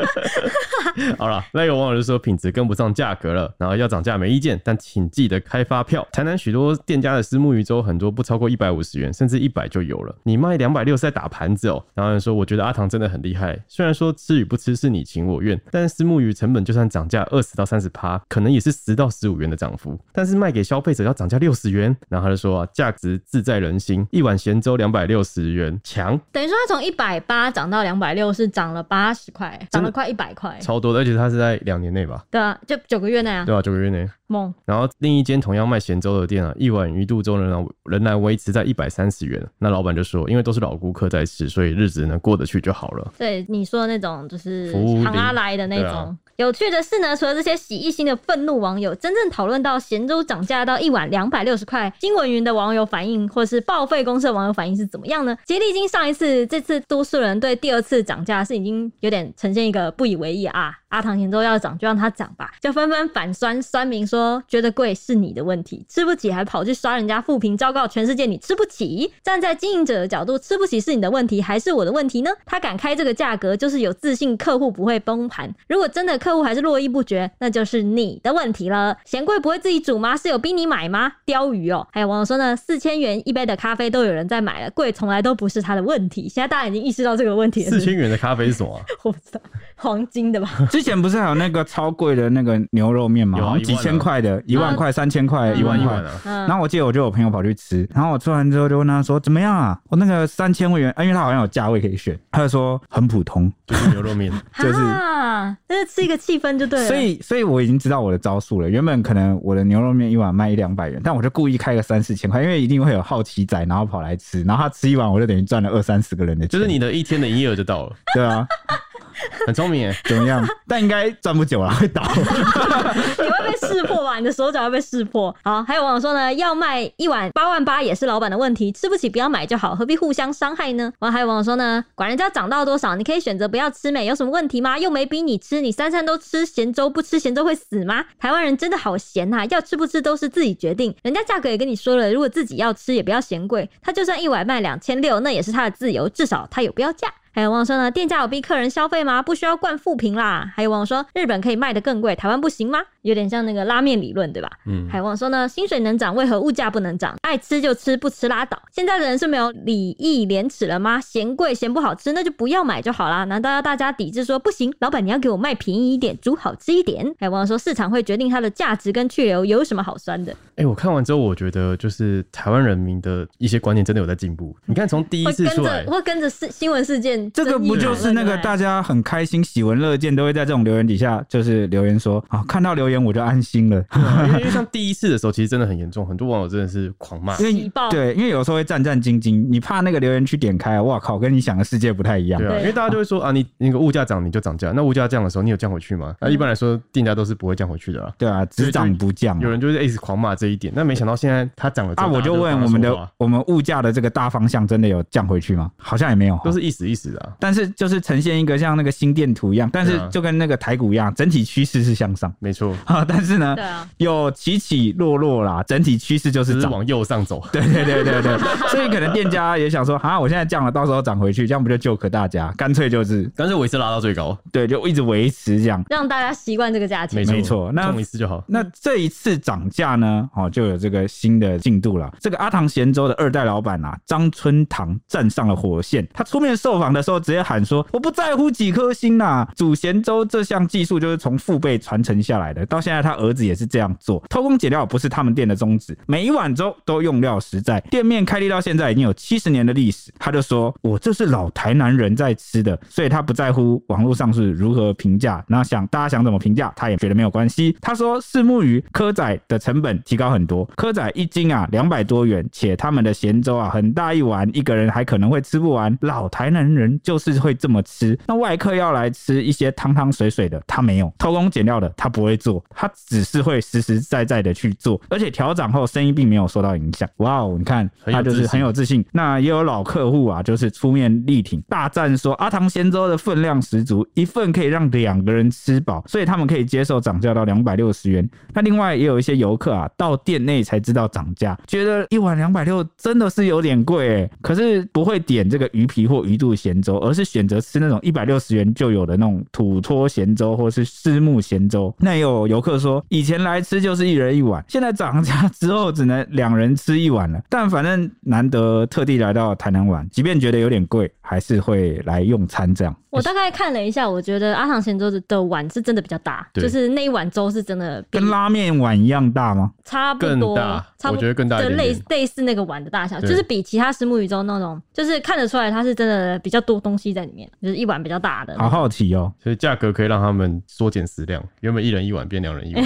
Speaker 3: [laughs] 好了，那有网友就说品质跟不上价格了，然后要涨价没意见，但请记得开发票。台南许多店家的私木鱼粥很多不超过一百五十元，甚至一百就有了。你卖两百六是在打盘子哦、然后有人说我觉得阿唐真的很厉害，虽然说吃与不吃是你情我愿，但私木鱼成本就算涨价二十到三十趴，可能也是十到十五元的涨幅，但是卖给消费者要涨价六十元。然后他就说啊，价值自在人心，一碗咸粥两百六十元，强
Speaker 2: 等于说它从一百八涨到两百六，是涨了八十块，涨
Speaker 3: 真的
Speaker 2: 了快一百块。
Speaker 3: 超多的，而且它是在两年内吧，
Speaker 2: 对啊，就九个月内啊
Speaker 3: 对，吧、九个月内。
Speaker 2: 猛！
Speaker 3: 然后另一间同样卖咸粥的店啊，一碗鱼肚粥仍然仍然维持在一百三十元。那老板就说，因为都是老顾客在吃，所以日子能过得去就好了。
Speaker 2: 对你说的那种，就是
Speaker 3: 服务
Speaker 2: 行阿
Speaker 3: 零
Speaker 2: 来的那
Speaker 3: 对啊
Speaker 2: 种。有趣的是呢，除了这些喜一心的愤怒网友，真正讨论到咸粥涨价到一碗两百六十块，新闻云的网友反应，或是报废公社网友反应是怎么样呢？其实历经上一次，这次都市人对第二次涨价是已经有点呈现一个不以为意啊，阿唐咸粥要涨就让它涨吧，就纷纷反酸酸民说，觉得贵是你的问题，吃不起还跑去刷人家负评，昭告全世界你吃不起。站在经营者的角度，吃不起是你的问题还是我的问题呢？他敢开这个价格，就是有自信客户不会崩盘。如果真的客户还是络绎不绝，那就是你的问题了。嫌贵不会自己煮吗？是有逼你买吗？鲷鱼哦，还有网友说呢，四千元一杯的咖啡都有人在买了，贵从来都不是他的问题。现在大家已经意识到这个问题了，是
Speaker 3: 四
Speaker 2: 不是
Speaker 3: 千元的咖啡是
Speaker 2: [laughs]
Speaker 3: 什么啊、
Speaker 2: 我不知道，黄金的吧？
Speaker 1: 之前不是还有那个超贵的那个牛肉面吗？
Speaker 3: 有啊
Speaker 1: 好像几千块的，一万块、三千块、
Speaker 2: 嗯
Speaker 3: 一万一
Speaker 1: 块
Speaker 3: 万。啊！
Speaker 2: 嗯
Speaker 1: 然，后我记得我就有朋友跑去吃，然后我吃完之后就问他说怎么样啊？我那个三千元，啊因为他好像有价位可以选，他就说很普通。
Speaker 3: 就是牛肉面，
Speaker 1: 就是
Speaker 2: 啊，那是吃一个气氛就对啊了。
Speaker 1: 所以，所以我已经知道我的招数了。原本可能我的牛肉面一碗卖一两百元，但我就故意开个三四千块，因为一定会有好奇仔，然后跑来吃，然后他吃一碗，我就等于赚了二三十个人的钱。
Speaker 3: 就是你的一天的营业额就
Speaker 2: [laughs]
Speaker 3: 到了，
Speaker 1: 对啊，
Speaker 3: 很聪明耶。
Speaker 1: 怎么样？ [laughs] 但应该赚不久了，
Speaker 2: [laughs]
Speaker 1: 会倒。
Speaker 2: 你会被识破吧？你的手脚会被识破。好，还有网友说呢，要卖一碗八万八也是老板的问题，吃不起不要买就好，何必互相伤害呢？然后还有网友说呢，管人家涨到多少，你可以选择不要吃美，有什么问题吗？又没逼你吃，你三餐都吃咸粥，不吃咸粥会死吗？台湾人真的好闲呐、要吃不吃都是自己决定，人家价格也跟你说了，如果自己要吃也不要嫌贵，他就算一碗卖两千六，那也是他的自由，至少他有标价。还有网友说呢，店家有逼客人消费吗？不需要灌负评啦。还有网友说，日本可以卖得更贵，台湾不行吗？有点像那个拉面理论，对吧？
Speaker 3: 嗯，
Speaker 2: 还有网友说呢，薪水能涨，为何物价不能涨？爱吃就吃，不吃拉倒。现在的人是没有礼义廉耻了吗？嫌贵嫌不好吃，那就不要买就好啦。难道要大家抵制说不行？老板你要给我卖便宜一点，煮好吃一点？还有网友说，市场会决定它的价值跟去留，有什么好酸的？
Speaker 3: 哎、我看完之后，我觉得就是台湾人民的一些观念真的有在进步。你看，从第一
Speaker 2: 会
Speaker 3: 次
Speaker 2: 跟
Speaker 3: 出
Speaker 2: 着
Speaker 3: 来，
Speaker 2: 会跟着事新闻事件
Speaker 1: 这
Speaker 2: 争议
Speaker 1: 个
Speaker 2: 讨论，
Speaker 1: 不就是那个
Speaker 2: 对
Speaker 1: 大家很开心、喜闻乐见，都会在这种留言底下就是留言说啊，看到留言我就安心了。
Speaker 3: 啊因为因为像第一次的时候，其实真的很严重，很多网友真的是狂骂。
Speaker 1: 因
Speaker 2: 喜
Speaker 1: 为
Speaker 2: 报
Speaker 1: 对，因为有时候会战战兢兢，你怕那个留言区点开，哇靠，跟你想的世界不太一样
Speaker 3: 对。啊，
Speaker 2: 对
Speaker 3: 因为大家就会说啊，你那个物价涨你就涨价，那物价降的时候你有降回去吗？
Speaker 1: 嗯
Speaker 3: 那、一般来说店家都是不会降回去的啊。
Speaker 1: 对啊，只涨不降
Speaker 3: 有。人就是一直狂骂这一点，那没想到现在它涨了之
Speaker 1: 啊，
Speaker 3: 后。
Speaker 1: 我就问我们的我们物价的这个大方向真的有降回去吗？好像也没有哦，
Speaker 3: 都是一时一时的、啊，
Speaker 1: 但是就是呈现一个像那个心电图一样，但是
Speaker 3: 对啊
Speaker 1: 就跟那个台股一样，整体趋势是向上
Speaker 3: 没错，
Speaker 1: 啊。但是呢
Speaker 2: 对，啊，
Speaker 1: 有起起落落啦，整体趋势就
Speaker 3: 只
Speaker 1: 是
Speaker 3: 是
Speaker 1: 涨。
Speaker 3: 往右上走。
Speaker 1: [laughs] 对对对对 [laughs] 对，所以可能店家也想说，啊，我现在降了，到时候涨回去，这样不就救可大家？干脆就是
Speaker 3: 但是我一次拉到最高，
Speaker 1: 对，就一直维持这样。
Speaker 2: 让大家习惯这个价钱。
Speaker 1: 没错那
Speaker 3: 冲一次就好。
Speaker 1: 那这一次涨价呢，哦，就有这个新的进度了。这个阿唐咸粥的二代老板啊，张春堂站上了火线。他出面受访的时候，直接喊说：“我不在乎几颗星啦、煮咸粥这项技术就是从父辈传承下来的，到现在他儿子也是这样做。偷工减料不是他们店的宗旨，每一碗粥都用料实在。店面开立到现在已经有七十年的历史。”他就说：“我这是老台南人在吃的，所以他不在乎网络上是如何评价，那想大家想怎么评价，他也觉得没有关系。他说，四目鱼蚵仔的成本提高很多，蚵仔一斤啊两百多元，且他们的咸粥啊很大一碗，一个人还可能会吃不完。老台南人人就是会这么吃。那外客要来吃一些汤汤水水的，他没有偷工减料的，他不会做，他只是会实实在在的去做。而且调涨后，生意并没有受到影响。哇哦，你看
Speaker 3: 很有
Speaker 1: 他就是
Speaker 3: 自信
Speaker 1: 很有自信。那也有老客户啊，就是出面力挺，大赞说阿唐咸粥的分量十足，一份可以让两个人吃饱，所以他们可以接受涨价到两百六十元。那另外也有一些游客啊，到店内才知道涨价，觉得一碗两百六真的是有点贵、欸，可是不会点这个鱼皮或鱼肚咸粥，而是选择吃那种一百六十元就有的那种土托咸粥或是虱目咸粥。那也有游客说，以前来吃就是一人一碗，现在涨价之后只能两人吃一碗了。但反正难得特地来到台南玩，即便觉得有点贵，还是会来用餐这样。
Speaker 2: 我大概看了一下，我觉得阿唐咸粥的碗是真的比较大，
Speaker 3: 对
Speaker 2: 就是那一碗粥是真的比
Speaker 1: 跟拉面碗一样大吗？
Speaker 2: 差不
Speaker 3: 更
Speaker 2: 多
Speaker 3: 大，
Speaker 2: 差不
Speaker 3: 我觉得更大一
Speaker 2: 对
Speaker 3: 点
Speaker 2: 类
Speaker 3: 点
Speaker 2: 类似那个碗的大小，就
Speaker 3: 对
Speaker 2: 是比其他石目鱼粥那种，就是看得出来它是真的比较多东西在里面，就是一碗比较大的。
Speaker 1: 好好奇哦、
Speaker 3: 所以价格可以让他们缩减食量，原本一人一碗变两人一
Speaker 1: [laughs]
Speaker 3: 碗，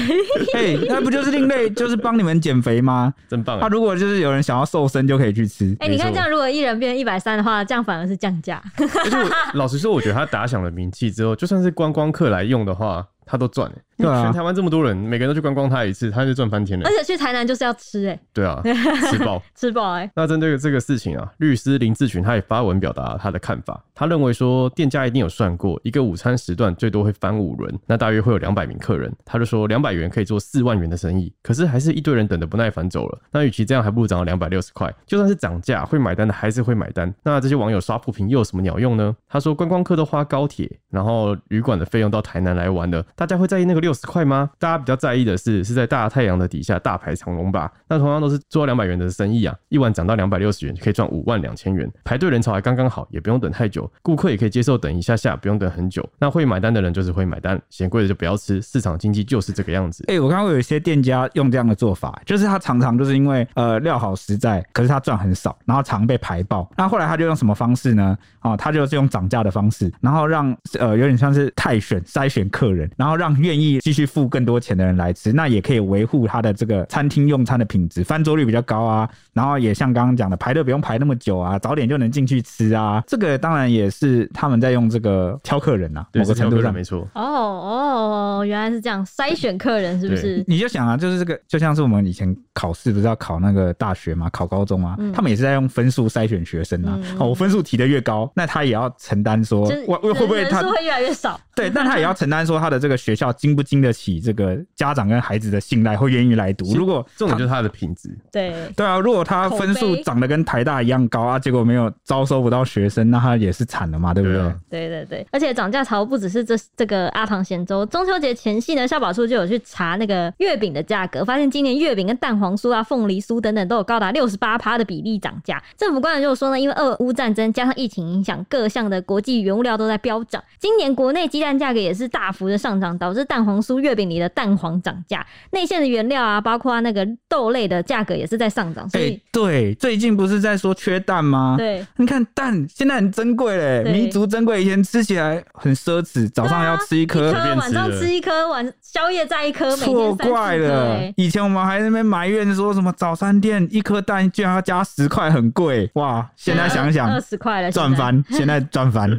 Speaker 1: 嘿，那不就是另类，就是帮你们减肥吗？
Speaker 3: 真棒
Speaker 1: 他、
Speaker 3: 啊！
Speaker 1: 如果就是有人想要瘦身，就可以去吃。
Speaker 2: 哎、你看
Speaker 3: 没错
Speaker 2: 这样，如果一人变一百三的话，这样反而是降价。
Speaker 3: 而且我老实说，我觉得他打响了名气之后，就算是观光客来用的话，他都赚、欸。因
Speaker 1: 对
Speaker 3: 为
Speaker 1: 啊
Speaker 3: 全台湾这么多人，每个人都去观光他一次，他就赚翻天了
Speaker 2: 而。且去台南就是要吃、哎，
Speaker 3: 对
Speaker 1: [laughs]
Speaker 3: 啊，吃爆。
Speaker 2: 吃饱哎、
Speaker 3: 那针对这个事情啊，律师林志群他也发文表达他的看法。他认为说，店家一定有算过，一个午餐时段最多会翻五轮，那大约会有两百名客人。他就说，两百元可以做四万元的生意，可是还是一堆人等得不耐烦走了。那与其这样，还不如涨到两百六十块。就算是涨价，会买单的还是会买单。那这些网友刷不平又有什么鸟用呢？他说，观光客都花高铁，然后旅馆的费用到台南来玩了，大家会在意那个六十块吗？大家比较在意的是，是在大太阳的底下大排长龙吧？那同样都是做到两百元的生意啊，一晚涨到两百六十元，可以赚五万两千元，排队人潮还刚刚好，也不用等太久，顾客也可以接受等一下下，不用等很久。那会买单的人就是会买单，嫌贵的就不要吃，市场经济就是这个样子。
Speaker 1: 哎、我看到有一些店家用这样的做法，就是他常常就是因为呃料好实在，可是他赚很少，然后常被排爆。那后来他就用什么方式呢？哦，他就是用涨价的方式，然后让呃有点像是泰选筛选客人，然后让愿意继续付更多钱的人来吃，那也可以维护他的这个餐厅用餐的品质，翻桌率比较高啊，然后也像刚刚讲的排队不用排那么久啊，早点就能进去吃啊。这个当然也是他们在用这个挑客人啊，
Speaker 3: 对，
Speaker 1: 某个
Speaker 3: 是
Speaker 1: 程
Speaker 3: 条
Speaker 1: 度
Speaker 3: 客
Speaker 1: 上
Speaker 3: 人没错。
Speaker 2: 哦哦，原来是这样，筛选客人是不是？
Speaker 1: 你就想啊，就是这个，就像是我们以前考试不是要考那个大学嘛，考高中嘛，
Speaker 2: 嗯
Speaker 1: 他们也是在用分数筛选学生啊。
Speaker 2: 嗯
Speaker 1: 哦，我分数提的越高，那他也要承担说，
Speaker 2: 就是
Speaker 1: 我我会不会
Speaker 2: 人
Speaker 1: 他
Speaker 2: 数会越来越少？
Speaker 1: 对，但他也要承担说他的这个学校经不经得起这个家长跟孩子的信赖，会愿意来读。
Speaker 3: 是
Speaker 1: 如果
Speaker 3: 重点
Speaker 1: 他
Speaker 3: 就是它的品质，
Speaker 2: 对，
Speaker 1: 对啊，如果他分
Speaker 2: 口
Speaker 1: 数
Speaker 2: 碑
Speaker 1: 涨得跟台大一样高啊，结果没有招收不到学生，那他也是惨了嘛，对不对？
Speaker 3: 对啊
Speaker 2: 对对对，而且涨价潮不只是这这个阿唐咸粥，中秋节前夕呢，校宝处就有去查那个月饼的价格，发现今年月饼跟蛋黄酥啊、凤梨酥等等都有高达六十八趴的比例涨价。政府官员就说呢，因为俄乌战争加上疫情影响，各项的国际原物料都在飙涨，今年国内鸡蛋价格也是大幅的上涨，导致蛋黄酥月饼里的蛋黄涨价，内馅的原料啊，包括那个豆类的价格也是在上涨，所
Speaker 1: 哎、啊
Speaker 2: 以、
Speaker 1: 对，最近不是在说缺蛋吗？
Speaker 2: 对。
Speaker 1: 你看蛋现在很珍贵嘞，
Speaker 2: 对
Speaker 1: 民族珍贵，以前吃起来很奢侈，早上要吃一颗
Speaker 2: 一，
Speaker 3: 随
Speaker 2: 颗，
Speaker 3: 便
Speaker 2: 晚上
Speaker 3: 吃的
Speaker 2: 吃一颗，晚宵夜啊再一颗，每
Speaker 1: 错
Speaker 2: 天三
Speaker 1: 怪
Speaker 2: 四颗
Speaker 1: 了
Speaker 2: 欸。
Speaker 1: 以前我们还在那边埋怨说什么早餐店一颗蛋居然要加十块，很贵哇！现在想
Speaker 2: 啊二
Speaker 1: 想
Speaker 2: 十块了，
Speaker 1: 赚
Speaker 2: 现在。 [laughs]
Speaker 1: 翻，现在赚翻。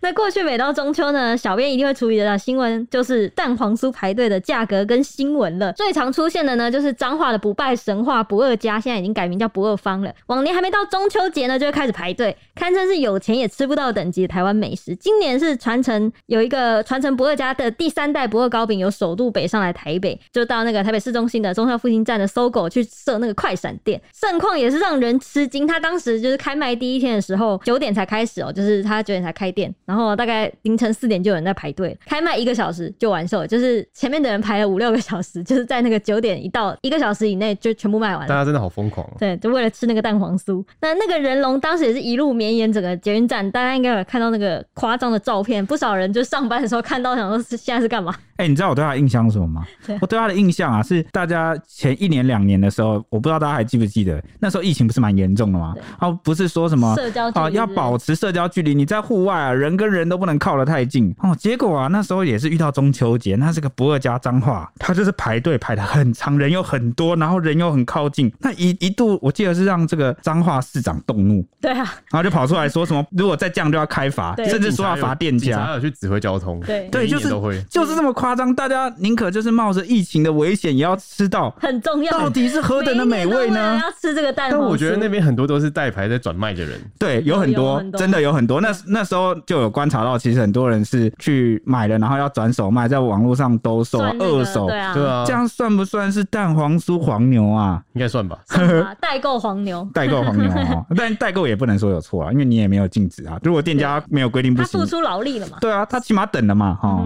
Speaker 2: 那过去每到中秋呢，小编一定会处理的新闻就是蛋黄酥排队的价格跟新闻了。最常出现的呢，就是彰化的不败神话不二家，现在已经改名叫不二坊了。往年还没到中秋节呢，就会开始排队，堪称是有钱也吃不到等级的台湾美食。今年是传承有一个传承不二家的第三代不二糕饼，由首度北上来台北，就到那个台北市中心的中校复兴站的搜狗去设那个快闪店，盛况也是让人吃惊。他当时就是开卖第一天的时候，九点才开始哦、就是他九点才开店，然后大概凌晨四点就有人在排队，开卖一个小时就完售了，就是前面的人排了五六个小时， [laughs] 就是在那个九点一到一个小时以内就全部卖完
Speaker 3: 大
Speaker 2: 了。
Speaker 3: 家真的好疯狂、哦。
Speaker 2: 对，就为了吃那个蛋黄酥。那那个人龙当时也是一路绵延整个捷运站，大家应该有看到那个夸张的照片，不少人就上班的时候看到想说是现在是干嘛？
Speaker 1: 哎、你知道我对他的印象是什么吗
Speaker 2: 对？
Speaker 1: 我对他的印象啊，是大家前一年两年的时候，我不知道大家还记不记得，那时候疫情不是蛮严重的吗
Speaker 2: 对？
Speaker 1: 啊，不是说什么
Speaker 2: 社交距离
Speaker 1: 啊，要
Speaker 2: 是不是
Speaker 1: 保持社交距离，你在户外啊，人跟人都不能靠得太近哦。结果啊，那时候也是遇到中秋节，那是个不二家彰化，他就是排队排的很长，人又很多，然后人又很靠近，那一一度我记得是让这个彰化市长动怒，
Speaker 2: 对啊，
Speaker 1: 然后就跑出来说什么，如果再这样就要开罚，
Speaker 2: 对
Speaker 1: 甚至说要
Speaker 3: 警察有
Speaker 1: 罚店
Speaker 3: 警察
Speaker 1: 家。
Speaker 3: 有去指挥交通，
Speaker 2: 对
Speaker 1: 对，
Speaker 3: 每一
Speaker 1: 就
Speaker 3: 年
Speaker 1: 是
Speaker 3: 都会。
Speaker 1: 就是这么夸张，大家宁可就是冒着疫情的危险也要吃到，
Speaker 2: 很重要。
Speaker 1: 到底是何等的美味
Speaker 2: 每一年都为
Speaker 1: 呢
Speaker 2: 了？要吃这个蛋黄酥，
Speaker 3: 但我觉得那边很多都是带牌在转卖的人，
Speaker 1: 对，有很
Speaker 2: 有
Speaker 1: 多
Speaker 2: 很，多
Speaker 1: 真的有很多。那那时候就有观察到，其实很多人是去买了，然后要转手卖，在网络上兜售啊
Speaker 2: 算、那个
Speaker 1: 二手
Speaker 2: 对，啊，
Speaker 3: 对啊
Speaker 1: 这，样算不算是蛋黄酥黄牛
Speaker 2: [laughs]
Speaker 1: 啊？
Speaker 3: 应该算吧。
Speaker 2: 是吧代购黄牛，
Speaker 1: 代购黄牛哦，但代购也不能说有错啊，因为你也没有禁止啊。如果店家没有规 [laughs] 定不
Speaker 2: 他
Speaker 1: 行
Speaker 2: 付，出劳力了嘛。
Speaker 1: 对啊，他起码等了嘛，
Speaker 2: [laughs]
Speaker 1: 哈、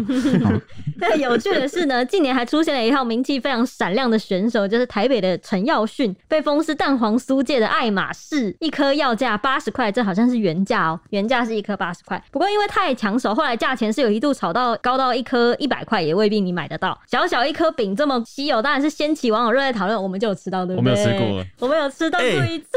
Speaker 2: 那有趣的是呢，近年还出现了一号名气非常闪亮的选手，就是台北的陈耀迅，被封是蛋黄酥界的爱马仕，一颗要价八十块，这好像是原价哦，原价是一颗八十块。不过因为太抢手，后来价钱是有一度炒到高到一颗一百块，也未必你买得到。小小一颗饼这么稀有，当然是掀起网友热烈讨论，我们就有吃到，对不对？
Speaker 3: 我没有吃过，
Speaker 2: 我们有吃到过
Speaker 1: 哎
Speaker 2: 一次。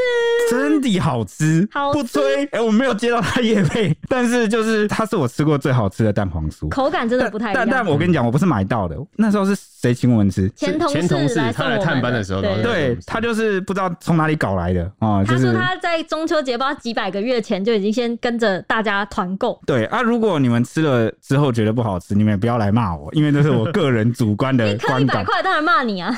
Speaker 1: 真的好吃，
Speaker 2: 好吃
Speaker 1: 不吹。哎、我没有接到他夜配， [laughs] 但是就是它是我吃过最好吃的蛋黄酥。
Speaker 2: 口感真的不太一样。
Speaker 1: 但但我跟你讲，我不是买到的，那时候是谁请我们吃？
Speaker 2: 前同
Speaker 3: 前同事
Speaker 2: 来
Speaker 3: 他
Speaker 2: 送
Speaker 3: 来
Speaker 2: 我
Speaker 3: 探
Speaker 2: 们
Speaker 3: 班的时候
Speaker 2: 对
Speaker 3: 然后
Speaker 2: 对
Speaker 1: 对他就是不知道从哪里搞来的啊、就
Speaker 2: 他
Speaker 1: 是
Speaker 2: 说他在中秋节不知道几百个月前就已经先跟着大家团购，
Speaker 1: 对啊。如果你们吃了之后觉得不好吃，你们也不要来骂我，因为这是我个人主观的
Speaker 2: 一
Speaker 1: 呃
Speaker 2: 颗一
Speaker 1: 观
Speaker 2: 百
Speaker 1: 感。
Speaker 2: 块当然骂你啊，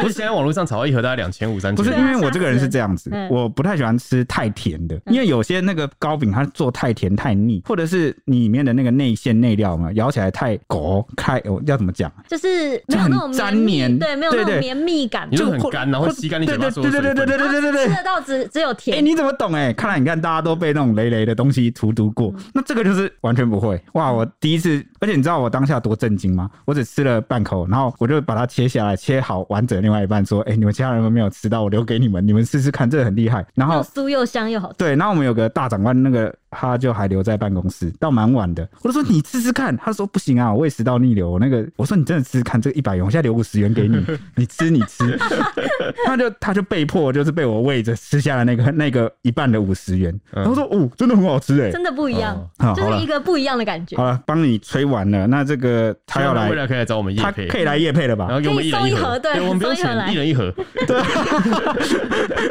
Speaker 3: 不是现在网络上炒到一盒大概两千五三
Speaker 1: 不
Speaker 3: 千，
Speaker 1: 是
Speaker 2: 对啊
Speaker 1: 因为我这个人是这样子
Speaker 2: 吓死人，嗯
Speaker 1: 我不太喜欢吃太甜的，因为有些那个糕饼它做太甜太腻，或者是你里面的那个内馅内料嘛，咬起来太狗太，我要怎么讲？
Speaker 2: 就是没有那种
Speaker 1: 就很粘
Speaker 2: 绵密，
Speaker 1: 黏
Speaker 2: 对，没有那
Speaker 1: 对
Speaker 2: 种
Speaker 1: 对
Speaker 2: 绵密感
Speaker 3: 你，就
Speaker 1: 就
Speaker 3: 很
Speaker 1: 或
Speaker 3: 干，然后
Speaker 1: 或
Speaker 3: 吸干你嘴巴
Speaker 1: 对
Speaker 3: 所有
Speaker 1: 对对
Speaker 3: 水分
Speaker 1: 对对对对对对
Speaker 2: 吃
Speaker 1: 对
Speaker 2: 得。到只只有
Speaker 1: 哎、
Speaker 2: 甜，
Speaker 1: 你怎么懂、哎，看来你看大家都被那种累累的东西荼毒过，那这个就是完全不会。哇，我第一次，而且你知道我当下多震惊吗？我只吃了半口，然后我就把它切下来，切好完整，另外一半说：“哎、你们其他人有没有吃到？我留给你们，你们试试看，这个很厉害。”然
Speaker 2: 又
Speaker 1: 后
Speaker 2: 酥又香又好吃，
Speaker 1: 对，然后我们有个大长官，那个他就还留在办公室到蛮晚的。我就说你试试看，他说不行啊，我胃食道逆流。我那个我说你真的试试看，这个一百元，我现在留五十元给
Speaker 3: [laughs]
Speaker 1: 你，你吃你吃。他就他就被迫就是被我喂着吃下了那个 [laughs] 那个一半的五十元。
Speaker 3: 嗯
Speaker 1: 然后说哦，真的很好吃哎、
Speaker 2: 真的不一样
Speaker 3: 哦，
Speaker 1: 好
Speaker 2: 就
Speaker 1: 好
Speaker 2: 是
Speaker 1: 了
Speaker 2: 一个不一样的感觉
Speaker 1: 好。了，帮你吹完了，那这个他要
Speaker 3: 希望
Speaker 1: 来
Speaker 3: 未，来可以来找我们叶
Speaker 1: 他
Speaker 3: 配，
Speaker 1: 可以来夜配了吧
Speaker 3: [laughs] 然？后给我们一人
Speaker 2: 可以送一盒对
Speaker 3: 我们不用
Speaker 2: 送一盒
Speaker 3: 钱，
Speaker 2: 来
Speaker 3: 一人一盒，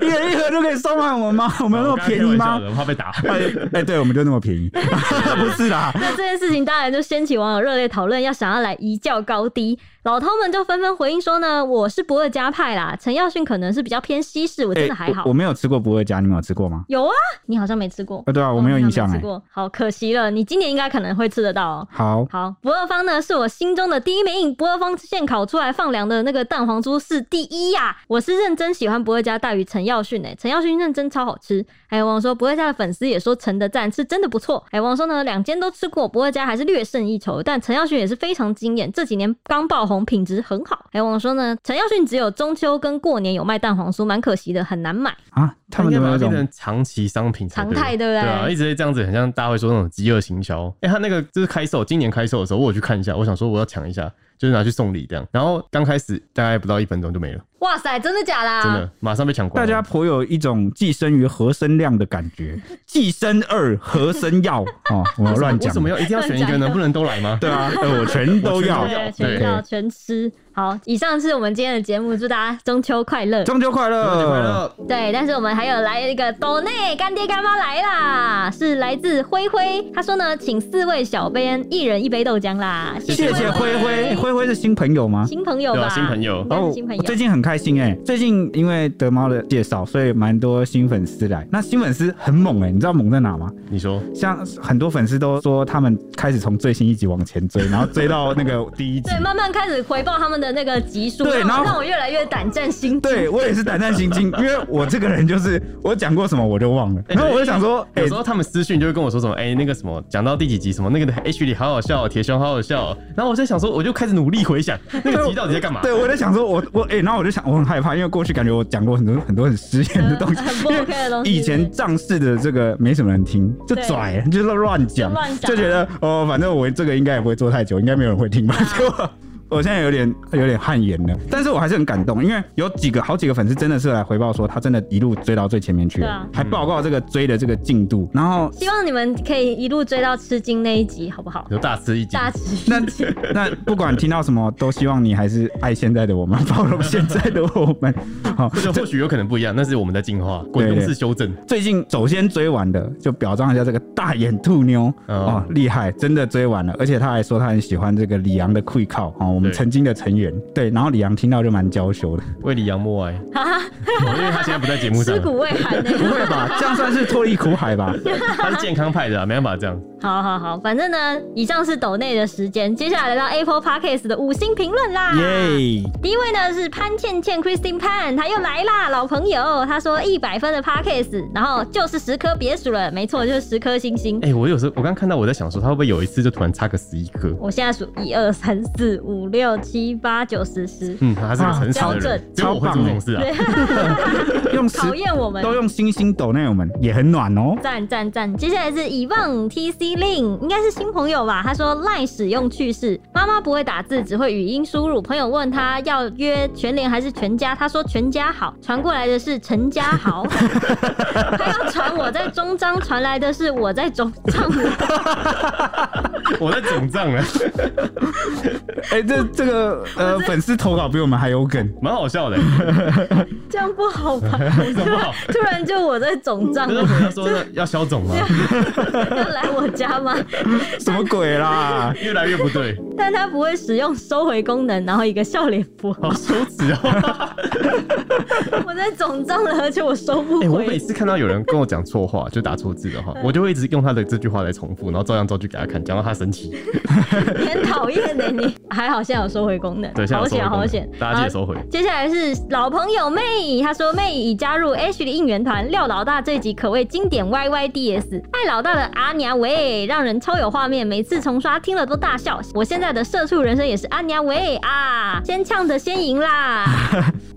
Speaker 1: 一人一盒就可以送完我们吗？我们有那
Speaker 3: 我
Speaker 1: 么
Speaker 3: 刚刚
Speaker 1: 便
Speaker 3: 开
Speaker 1: 宜
Speaker 3: 玩笑
Speaker 1: 吗？
Speaker 3: 的？我怕被打。
Speaker 1: 哎哎，对，我们就那么便宜， [laughs] 不是啦。
Speaker 2: 那这件事情当然就掀起网友热烈讨论，要想要来一较高低。老饕们就纷纷回应说呢，我是不二家派啦，陈耀迅可能是比较偏西式，我真的
Speaker 1: 哎
Speaker 2: 还好
Speaker 1: 我我。没有吃过不二家，你们有吃过吗？
Speaker 2: 有啊，你好像哦没吃过。
Speaker 1: 啊，对啊，我没有印象
Speaker 2: 好
Speaker 1: 哎、
Speaker 2: 像吃过，好可惜了，你今年应该可能会吃得到、哦。
Speaker 1: 好，
Speaker 2: 好，不二方呢是我心中的第一名，不二方现烤出来放凉的那个蛋黄酥是第一呀、我是认真喜欢不二家大于陈耀迅诶、欸陈耀迅认真超好吃。还有网友说不二家的粉丝也说陈的赞是真的不错。还有网友说呢两间都吃过，不二家还是略胜一筹，但陈耀迅也是非常惊艳，这几年刚爆红，品质很好。还有网友说呢陈耀迅只有中秋跟过年有卖蛋黄酥，蛮可惜的，很难买。
Speaker 1: 啊，他们怎
Speaker 3: 应该
Speaker 1: 么
Speaker 3: 把
Speaker 1: 有
Speaker 3: 它
Speaker 1: 一
Speaker 3: 变
Speaker 1: 种
Speaker 3: 成长期商品才对？
Speaker 2: 常态对不对
Speaker 3: 对啊，一直这样子，很像大家会说那种饥饿行销。哎、他那个就是开售，今年开售的时候，我有去看一下，我想说我要抢一下，就是拿去送礼这样。然后刚开始大概不到一分钟就没了，
Speaker 2: 哇塞，真的假的、啊？
Speaker 3: 真的马上被抢光
Speaker 1: 大
Speaker 3: 了。
Speaker 1: 家颇有一种寄生于和生量的感觉，寄生二和生药哦，我乱
Speaker 3: 为
Speaker 1: 讲
Speaker 3: 什，么要一定要选
Speaker 2: [laughs]
Speaker 3: 一
Speaker 2: 乱
Speaker 3: 个
Speaker 2: 讲
Speaker 3: [laughs] 呢？不能都来吗？
Speaker 1: 对啊，呃我全都要
Speaker 3: 我全都
Speaker 2: 对，
Speaker 3: 要
Speaker 2: 全要
Speaker 1: OK，
Speaker 2: 全吃。好，以上是我们今天的节目，祝大家中秋快乐。
Speaker 1: 中秋快
Speaker 3: 中秋快
Speaker 1: 乐，
Speaker 3: 乐，
Speaker 2: 对，但是我们还有来一个抖内干爹干妈来啦，是来自灰灰，他说呢，请四位小编一人一杯豆浆啦，
Speaker 1: 谢谢
Speaker 2: 灰
Speaker 1: 灰灰，灰灰是新朋友吗？
Speaker 2: 新朋友
Speaker 3: 对啊，
Speaker 2: 吧，
Speaker 3: 新朋友
Speaker 2: 应。该是新朋
Speaker 1: 哦我
Speaker 2: 友
Speaker 1: 最。近很开心哎、最近因为德猫的介绍，所以蛮多新粉丝来。那新粉丝很猛哎、你知道猛在哪吗？
Speaker 3: 你说
Speaker 1: 像很多粉丝都说他们开始从最新一集往前追，然后追到那个第一集
Speaker 2: 对，，慢慢开始回报他们的那个集数，
Speaker 1: 对
Speaker 2: 让
Speaker 1: 然
Speaker 2: 我
Speaker 1: 后
Speaker 2: 让我越来越胆战心惊。
Speaker 1: 对我也是胆战心惊，因为我这个人就是 [laughs] 我讲过什么我就忘了，然后我就想说，哎、
Speaker 3: 有时候他们私讯就会跟我说什么，哎、那个什么，讲到第几集什么，那个 H 里好好笑哦，铁熊好好笑哦。然后我在想说，我就开始努力回想那个集到底在干嘛。
Speaker 1: 对我在想说我我哎、然后我就想我很害怕，因为过去感觉我讲过很多很多很失言的东西，
Speaker 2: 呃很不 OK 的东西
Speaker 1: 因为以前仗势的这个没什么人听，就
Speaker 2: 对
Speaker 1: 拽，就是乱讲，
Speaker 2: 就乱讲啊
Speaker 1: 就觉得哦，反正我这个应该也不会做太久，应该没有人会听吧，结果 [laughs] 我现在有点有点汗颜了，但是我还是很感动，因为有几个好几个粉丝真的是来回报说，他真的一路追到最前面去了，
Speaker 2: 对啊
Speaker 1: 还报告这个追的这个进度，然后。 [laughs]
Speaker 2: 希望你们可以一路追到吃惊那一集，好不好？
Speaker 4: 有大吃一惊。
Speaker 2: 大吃
Speaker 1: 那
Speaker 2: [laughs]
Speaker 1: [laughs] 那不管听到什么，都希望你还是爱现在的我们，包容现在的我们。好，
Speaker 3: 这个或许有可能不一样，那是我们在进化，滚动式修正。
Speaker 1: 最近首先追完的，就表彰一下这个大眼兔妞
Speaker 3: 哦
Speaker 1: 哦，厉害，真的追完了，而且他还说他很喜欢这个李阳的 quick call 哦，我们
Speaker 3: 对
Speaker 1: 曾经的成员。对，然后李阳听到就蛮娇羞
Speaker 3: [laughs]
Speaker 1: 的，
Speaker 3: 为李阳
Speaker 2: [laughs]
Speaker 3: 默哀，哦因为他现在不在节目上
Speaker 2: 尸，骨未寒呢、
Speaker 1: 不会吧？这样算是脱离苦海
Speaker 3: [laughs]
Speaker 1: 吧？
Speaker 3: 他是健康派的啊，没办法这样。
Speaker 2: 好好好，反正呢，以上是抖内的时间，接下来来到 Apple Podcast 的五星评论啦。
Speaker 1: 耶！
Speaker 2: 第一位呢是潘倩倩 Christine Pan，她又来啦，老朋友。她说一百分的 Podcast，然后就是十颗，别数了，没错，就是十颗星星。
Speaker 3: 哎、我有时候我刚看到我在想说，他会不会有一次就突然差个十一颗？
Speaker 2: 我现在数一二三四五六七八九十十，
Speaker 3: 嗯，他是个诚实
Speaker 2: 啊标
Speaker 3: 的人
Speaker 2: 准，
Speaker 3: 只有我会做这种事啊。
Speaker 1: 用十
Speaker 2: 考验我们。
Speaker 1: 都用星星抖内我们也很暖
Speaker 3: [laughs]
Speaker 1: 哦。
Speaker 2: 赞赞赞！接下来是以望 T C Lin，应该是新朋友吧？他说赖使用去世，妈妈不会打字，只会语音输入。朋友问他要约全联还是全家，他说全家好，传过来的是陈家
Speaker 3: [laughs]
Speaker 2: 豪，他要传我在中章，传来的是我在中章。
Speaker 3: 我在肿胀了，
Speaker 1: 哎，这这个呃粉丝投稿比我们还有梗。
Speaker 3: 蛮好笑的、 [laughs]
Speaker 2: 这样不好吧？
Speaker 3: 怎么
Speaker 2: [laughs]
Speaker 3: 不好？
Speaker 2: 突然就我在总账
Speaker 3: 那
Speaker 2: 了
Speaker 3: 我，要说那要消肿吗？
Speaker 2: 要来我家吗？
Speaker 1: 什么鬼啦？
Speaker 3: 越来越不对，
Speaker 2: 但他不会使用收回功能，然后一个笑脸符号
Speaker 3: 好。羞耻哦！
Speaker 2: 我在总账了，而且我收不
Speaker 3: [laughs] 哎、我每
Speaker 2: 回。
Speaker 3: 次看到有人跟我讲错话，就打错字的话，我就会一直用他的这句话来重复，然后照样造句给他看，讲到他生气。
Speaker 2: 你很讨厌呢，你 [laughs] 还好现在有收回功能，
Speaker 3: 对，现在
Speaker 2: 好
Speaker 3: 有收
Speaker 2: 险
Speaker 3: 回功能
Speaker 2: 好险，
Speaker 3: 大家记得
Speaker 2: 好。
Speaker 3: 收回。
Speaker 2: 接下来是老朋友妹，她说妹已加入 H 的应援团，廖老大这集可谓经典 YYDS，爱老大的阿尼亚喂，让人超有画面，每次重刷听了都大笑。我现在的社畜人生也是阿尼亚喂啊，先呛着先赢啦，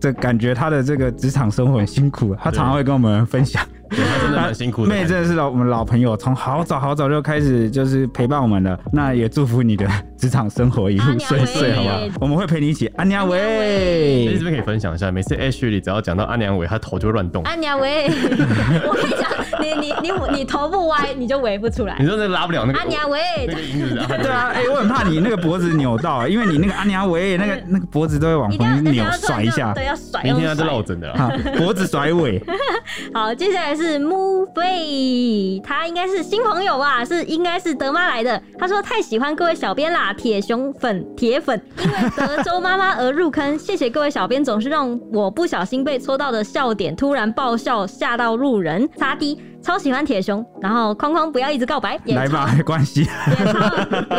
Speaker 1: 这感觉他的这个职场生活很辛苦，他常常会跟我们分享。
Speaker 3: 对他真的蛮辛苦的。哎
Speaker 1: 妹真的是老我们老朋友，从好早好早就开始就是陪伴我们了。那也祝福你的 [laughs] 职场生活一路顺遂，
Speaker 3: 阿
Speaker 1: 好
Speaker 3: 娘
Speaker 1: 不
Speaker 3: 喂
Speaker 1: 好？我们会陪你一起。安妮亚
Speaker 3: 那
Speaker 1: 喂
Speaker 3: 这，边可以分享一下，每次 H 里只要讲到阿娘伟，他头就会乱动。
Speaker 2: 阿尼亚喂， [laughs] 我跟你讲，你你你你头不歪你就围不出来
Speaker 3: 你，说那拉不了那个
Speaker 2: 阿尼亚喂，
Speaker 3: 那个音是不是？
Speaker 1: 对啊，哎、我很怕你那个脖子扭到，因为你那个安妮亚喂那个那个脖子都会往
Speaker 2: 嗯一定要
Speaker 1: 旁边
Speaker 2: 一定
Speaker 1: 扭
Speaker 2: 要这样
Speaker 1: 甩一下，
Speaker 2: 对，要甩，
Speaker 3: 明天
Speaker 2: 要
Speaker 3: 他就
Speaker 2: 甩
Speaker 3: 落枕的啦。
Speaker 1: 好，脖子甩尾。
Speaker 2: 好，接下来是 Movey，他应该是新朋友吧？是应该是德妈来的。他说太喜欢各位小编啦，铁熊粉铁粉，因为德州妈妈而入坑。 [laughs] 谢谢各位小编，总是让我不小心被戳到的笑点突然爆笑，吓到路人。擦滴，超喜欢铁熊，然后框框不要一直告 [laughs] 白，也
Speaker 1: 来
Speaker 2: 超
Speaker 1: 吧，没关系。
Speaker 2: 也超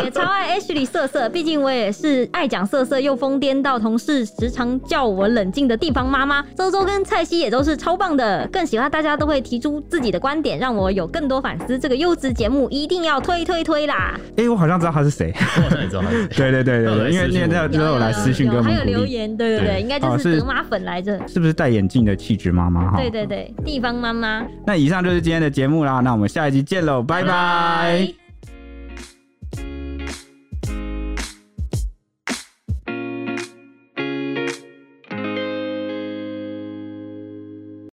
Speaker 2: 也超爱 H 里色色，毕竟我也是爱讲色色又疯癫到同事时常叫我冷静的地方妈妈。周周跟蔡西也都是超棒的，更喜欢大家都会提出自己的观点，让我有更多反思。这个优质节目一定要推推推啦！
Speaker 1: 哎、我好像知道他是 [laughs] 谁。
Speaker 3: 我好像也知道他是谁。
Speaker 1: 对对对对对，因为因为那
Speaker 3: 有
Speaker 1: 那有来私哦信
Speaker 2: 有
Speaker 1: 给我
Speaker 2: 还
Speaker 1: 们
Speaker 2: 有
Speaker 1: 鼓
Speaker 2: 留
Speaker 1: 励，
Speaker 2: 言，对对对，
Speaker 3: 对
Speaker 2: 应该就是
Speaker 1: 是
Speaker 2: 德玛粉来着。
Speaker 1: 是不是戴眼镜的气质妈妈哈？
Speaker 2: 对对对，地方妈妈，
Speaker 1: 那以上就是今天的节目啦，那我们下一集见喽，拜拜。
Speaker 2: 拜